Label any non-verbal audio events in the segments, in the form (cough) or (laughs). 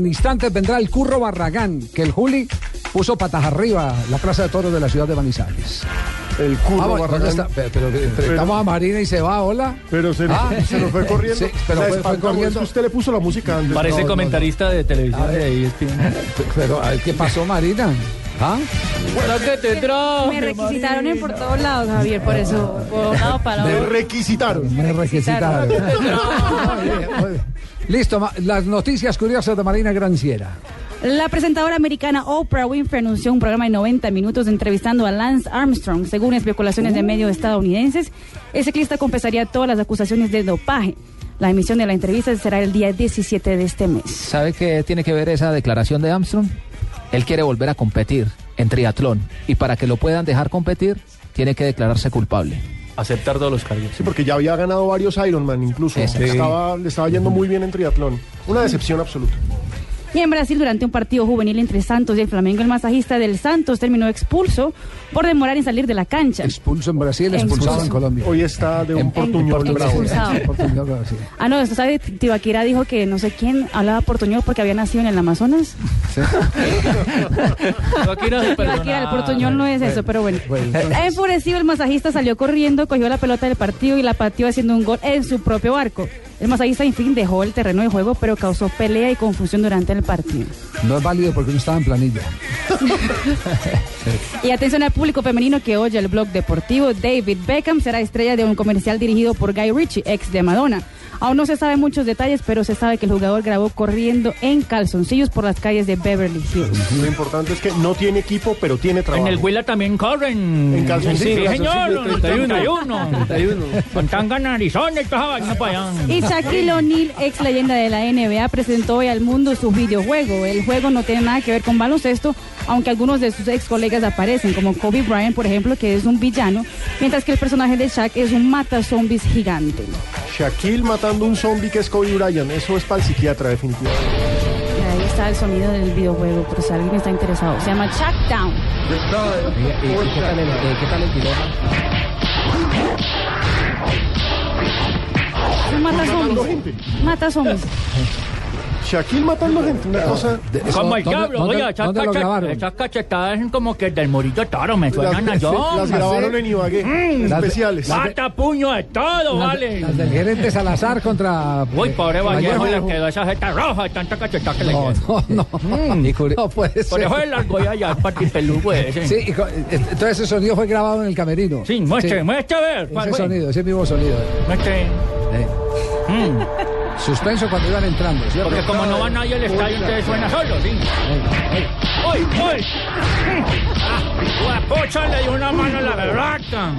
En instantes vendrá el Curro Barragán, que el Juli puso patas arriba la Plaza de Toros de la ciudad de Manizales. El curro Ah, bueno, ¿dónde está? Barragán. Pero, pero, enfrentamos a Marina y se va, hola. Pero se, Ah. se nos fue corriendo. Sí, pero La fue- fue espantamos, corriendo. es que usted le puso la música antes. Parece No, no, comentarista de televisión de E ESPN. Pero a ver qué pasó, Marina. ¿Ah? Sáquete traje, Me requisitaron en por todos lados, Javier, por eso, por un lado para no. Le otro. requisitaron. Me requisitaron. (laughs) Muy bien, muy bien. Listo, ma- las noticias curiosas de Marina Granciera. La presentadora americana Oprah Winfrey anunció un programa de 90 minutos entrevistando a Lance Armstrong. Según especulaciones de medios estadounidenses, el ciclista confesaría todas las acusaciones de dopaje. La emisión de la entrevista será el día 17 de este mes. ¿Sabe qué tiene que ver esa declaración de Armstrong? Él quiere volver a competir en triatlón y para que lo puedan dejar competir tiene que declararse culpable. Aceptar todos los cargos. Sí, porque ya había ganado varios Ironman incluso. Exacto. Estaba, le estaba yendo muy bien en triatlón. Una decepción absoluta. Y en Brasil, durante un partido juvenil entre Santos y el Flamengo, el masajista del Santos terminó expulso por demorar en salir de la cancha. Expulso en Brasil, expulsado Expulso. en Colombia. Hoy está de un En- portuñol en- bravo. Expulsado. Portuñol, bravo, sí. Ah, no, esto sabe, Tibaquira dijo que no sé quién hablaba portuñol porque había nacido en el Amazonas. Aquí no se Tibaquira, el portuñol no es eso, pero bueno. Bueno, entonces- (laughs) Enfurecido, el masajista salió corriendo, cogió la pelota del partido y la pateó haciendo un gol en su propio arco. El masajista, en fin, dejó el terreno de juego, pero causó pelea y confusión durante el partido. No es válido porque no estaba en planilla. Y atención al público femenino que oye el blog deportivo. David Beckham será estrella de un comercial dirigido por Guy Ritchie, ex de Madonna. Aún no se sabe muchos detalles, pero se sabe que el jugador grabó corriendo en calzoncillos por las calles de Beverly Hills. Lo importante es que no tiene equipo, pero tiene En trabajo. el Huila también corren. En calzoncillo, Sí, calzoncillo, señor. 31. 31. 31. Con tanga en Arizona y toda esa vaina para allá. Y Shaquille O'Neal, ex leyenda de la NBA, presentó hoy al mundo su videojuego. El juego no tiene nada que ver con baloncesto, aunque algunos de sus ex colegas aparecen, como Kobe Bryant, por ejemplo, que es un villano, mientras que el personaje de Shaq es un mata zombies gigante. Shaquille matando un zombie que es Kobe Bryant. Eso es para el psiquiatra, definitivamente. Ahí está el sonido del videojuego, por si alguien está interesado. Se llama Shack Down. qué tal el, Un Mata Matando zombies. gente. Mata zombies. Shaquille matando gente. Ah. Una cosa. Como el ¿Dónde- diablo, dónde- oiga, esas dónde lo cachet- grabaron? esas cachetadas son como que del morito toro, me suenan a Las, yo. las grabaron en Ibagué. Mm. Las de- especiales. Mata puño de todo, vale. Las del gerente Salazar contra. eh, Uy, pobre Vallejo, Vallejo. le quedó esa jeta roja, tanta cachetada que le No, quedó. no, no. Mm. No puede Por ser. eso es largo ya, ya, es partipelú, güey. ese. Sí, y co- eh, entonces ese sonido fue grabado en el camerino. Sí, muestre, muestre a ver. ¿cuál Ese fue? sonido, ese mismo sonido. Muestre. Eh. Mm, Suspenso cuando iban entrando, ¿cierto? Porque como no va nadie al estadio, ustedes suena solo, sí. ¡Uy, Ah, uy! ¡Guapocha le dio una mano a la berraca!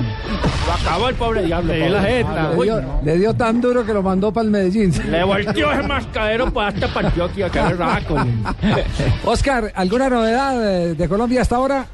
Lo acabó el pobre diablo. Le dio la jeta. Le dio, le dio tan duro que lo mandó para el Medellín. Le volteó ese mascadero para este partido aquí, qué berraco. (laughs) güey. (laughs) Oscar, ¿alguna novedad eh, de Colombia hasta ahora?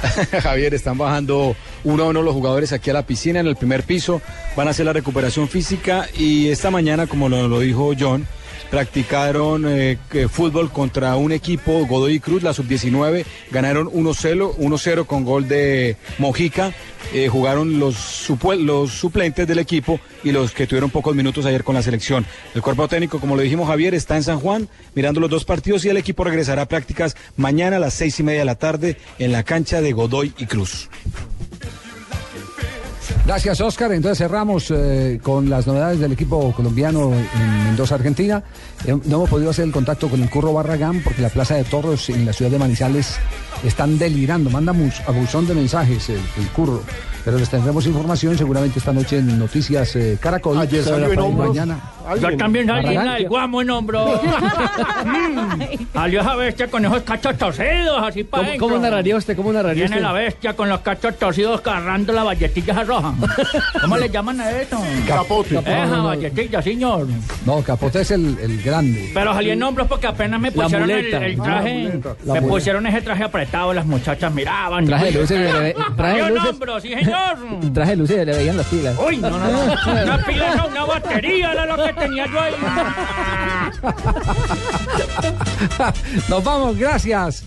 (laughs) Javier, están bajando uno a uno los jugadores aquí a la piscina en el primer piso, van a hacer la recuperación física y esta mañana, como lo, lo dijo John, practicaron eh, que fútbol contra un equipo, Godoy Cruz, la sub-19, ganaron 1-0 1-0 con gol de Mojica, eh, jugaron los, supue- los suplentes del equipo y los que tuvieron pocos minutos ayer con la selección. El cuerpo técnico, como lo dijimos Javier, está en San Juan mirando los dos partidos y el equipo regresará a prácticas mañana a las seis y media de la tarde en la cancha de Godoy y Cruz. Gracias, Oscar. Entonces cerramos eh, con las novedades del equipo colombiano en Mendoza, Argentina. Eh, no hemos podido hacer el contacto con el Curro Barragán porque la Plaza de Toros en la ciudad de Manizales están delirando. Manda mus- abusón de mensajes el, el Curro. Pero les tendremos información seguramente esta noche en Noticias eh, Caracol. Ayer salió en Y hombros. mañana. Yo Alguien. también salí en Barragán, la ¿qué? del guamo en (laughs) hombro. Mm, Salió esa bestia con esos cachos torcidos, así para ¿Cómo, ¿Cómo narraría usted? ¿Cómo narraría Viene usted? la bestia con los cachos torcidos cargando la valletilla esa roja. ¿Cómo le llaman a esto? Capote. Esa valletilla, señor. No, Capote es el, el grande. Pero salí en hombros porque apenas me pusieron el, muleta. el traje. La me muleta. pusieron ese traje apretado, las muchachas miraban. "Ah, Traje de luces, le ve- traje Salió de en luces. hombros, sí, señor. Traje de luces, le veían las pilas. Uy, no, no, no. Una pila, no, una batería era lo que tenía yo ahí. Nos vamos, gracias.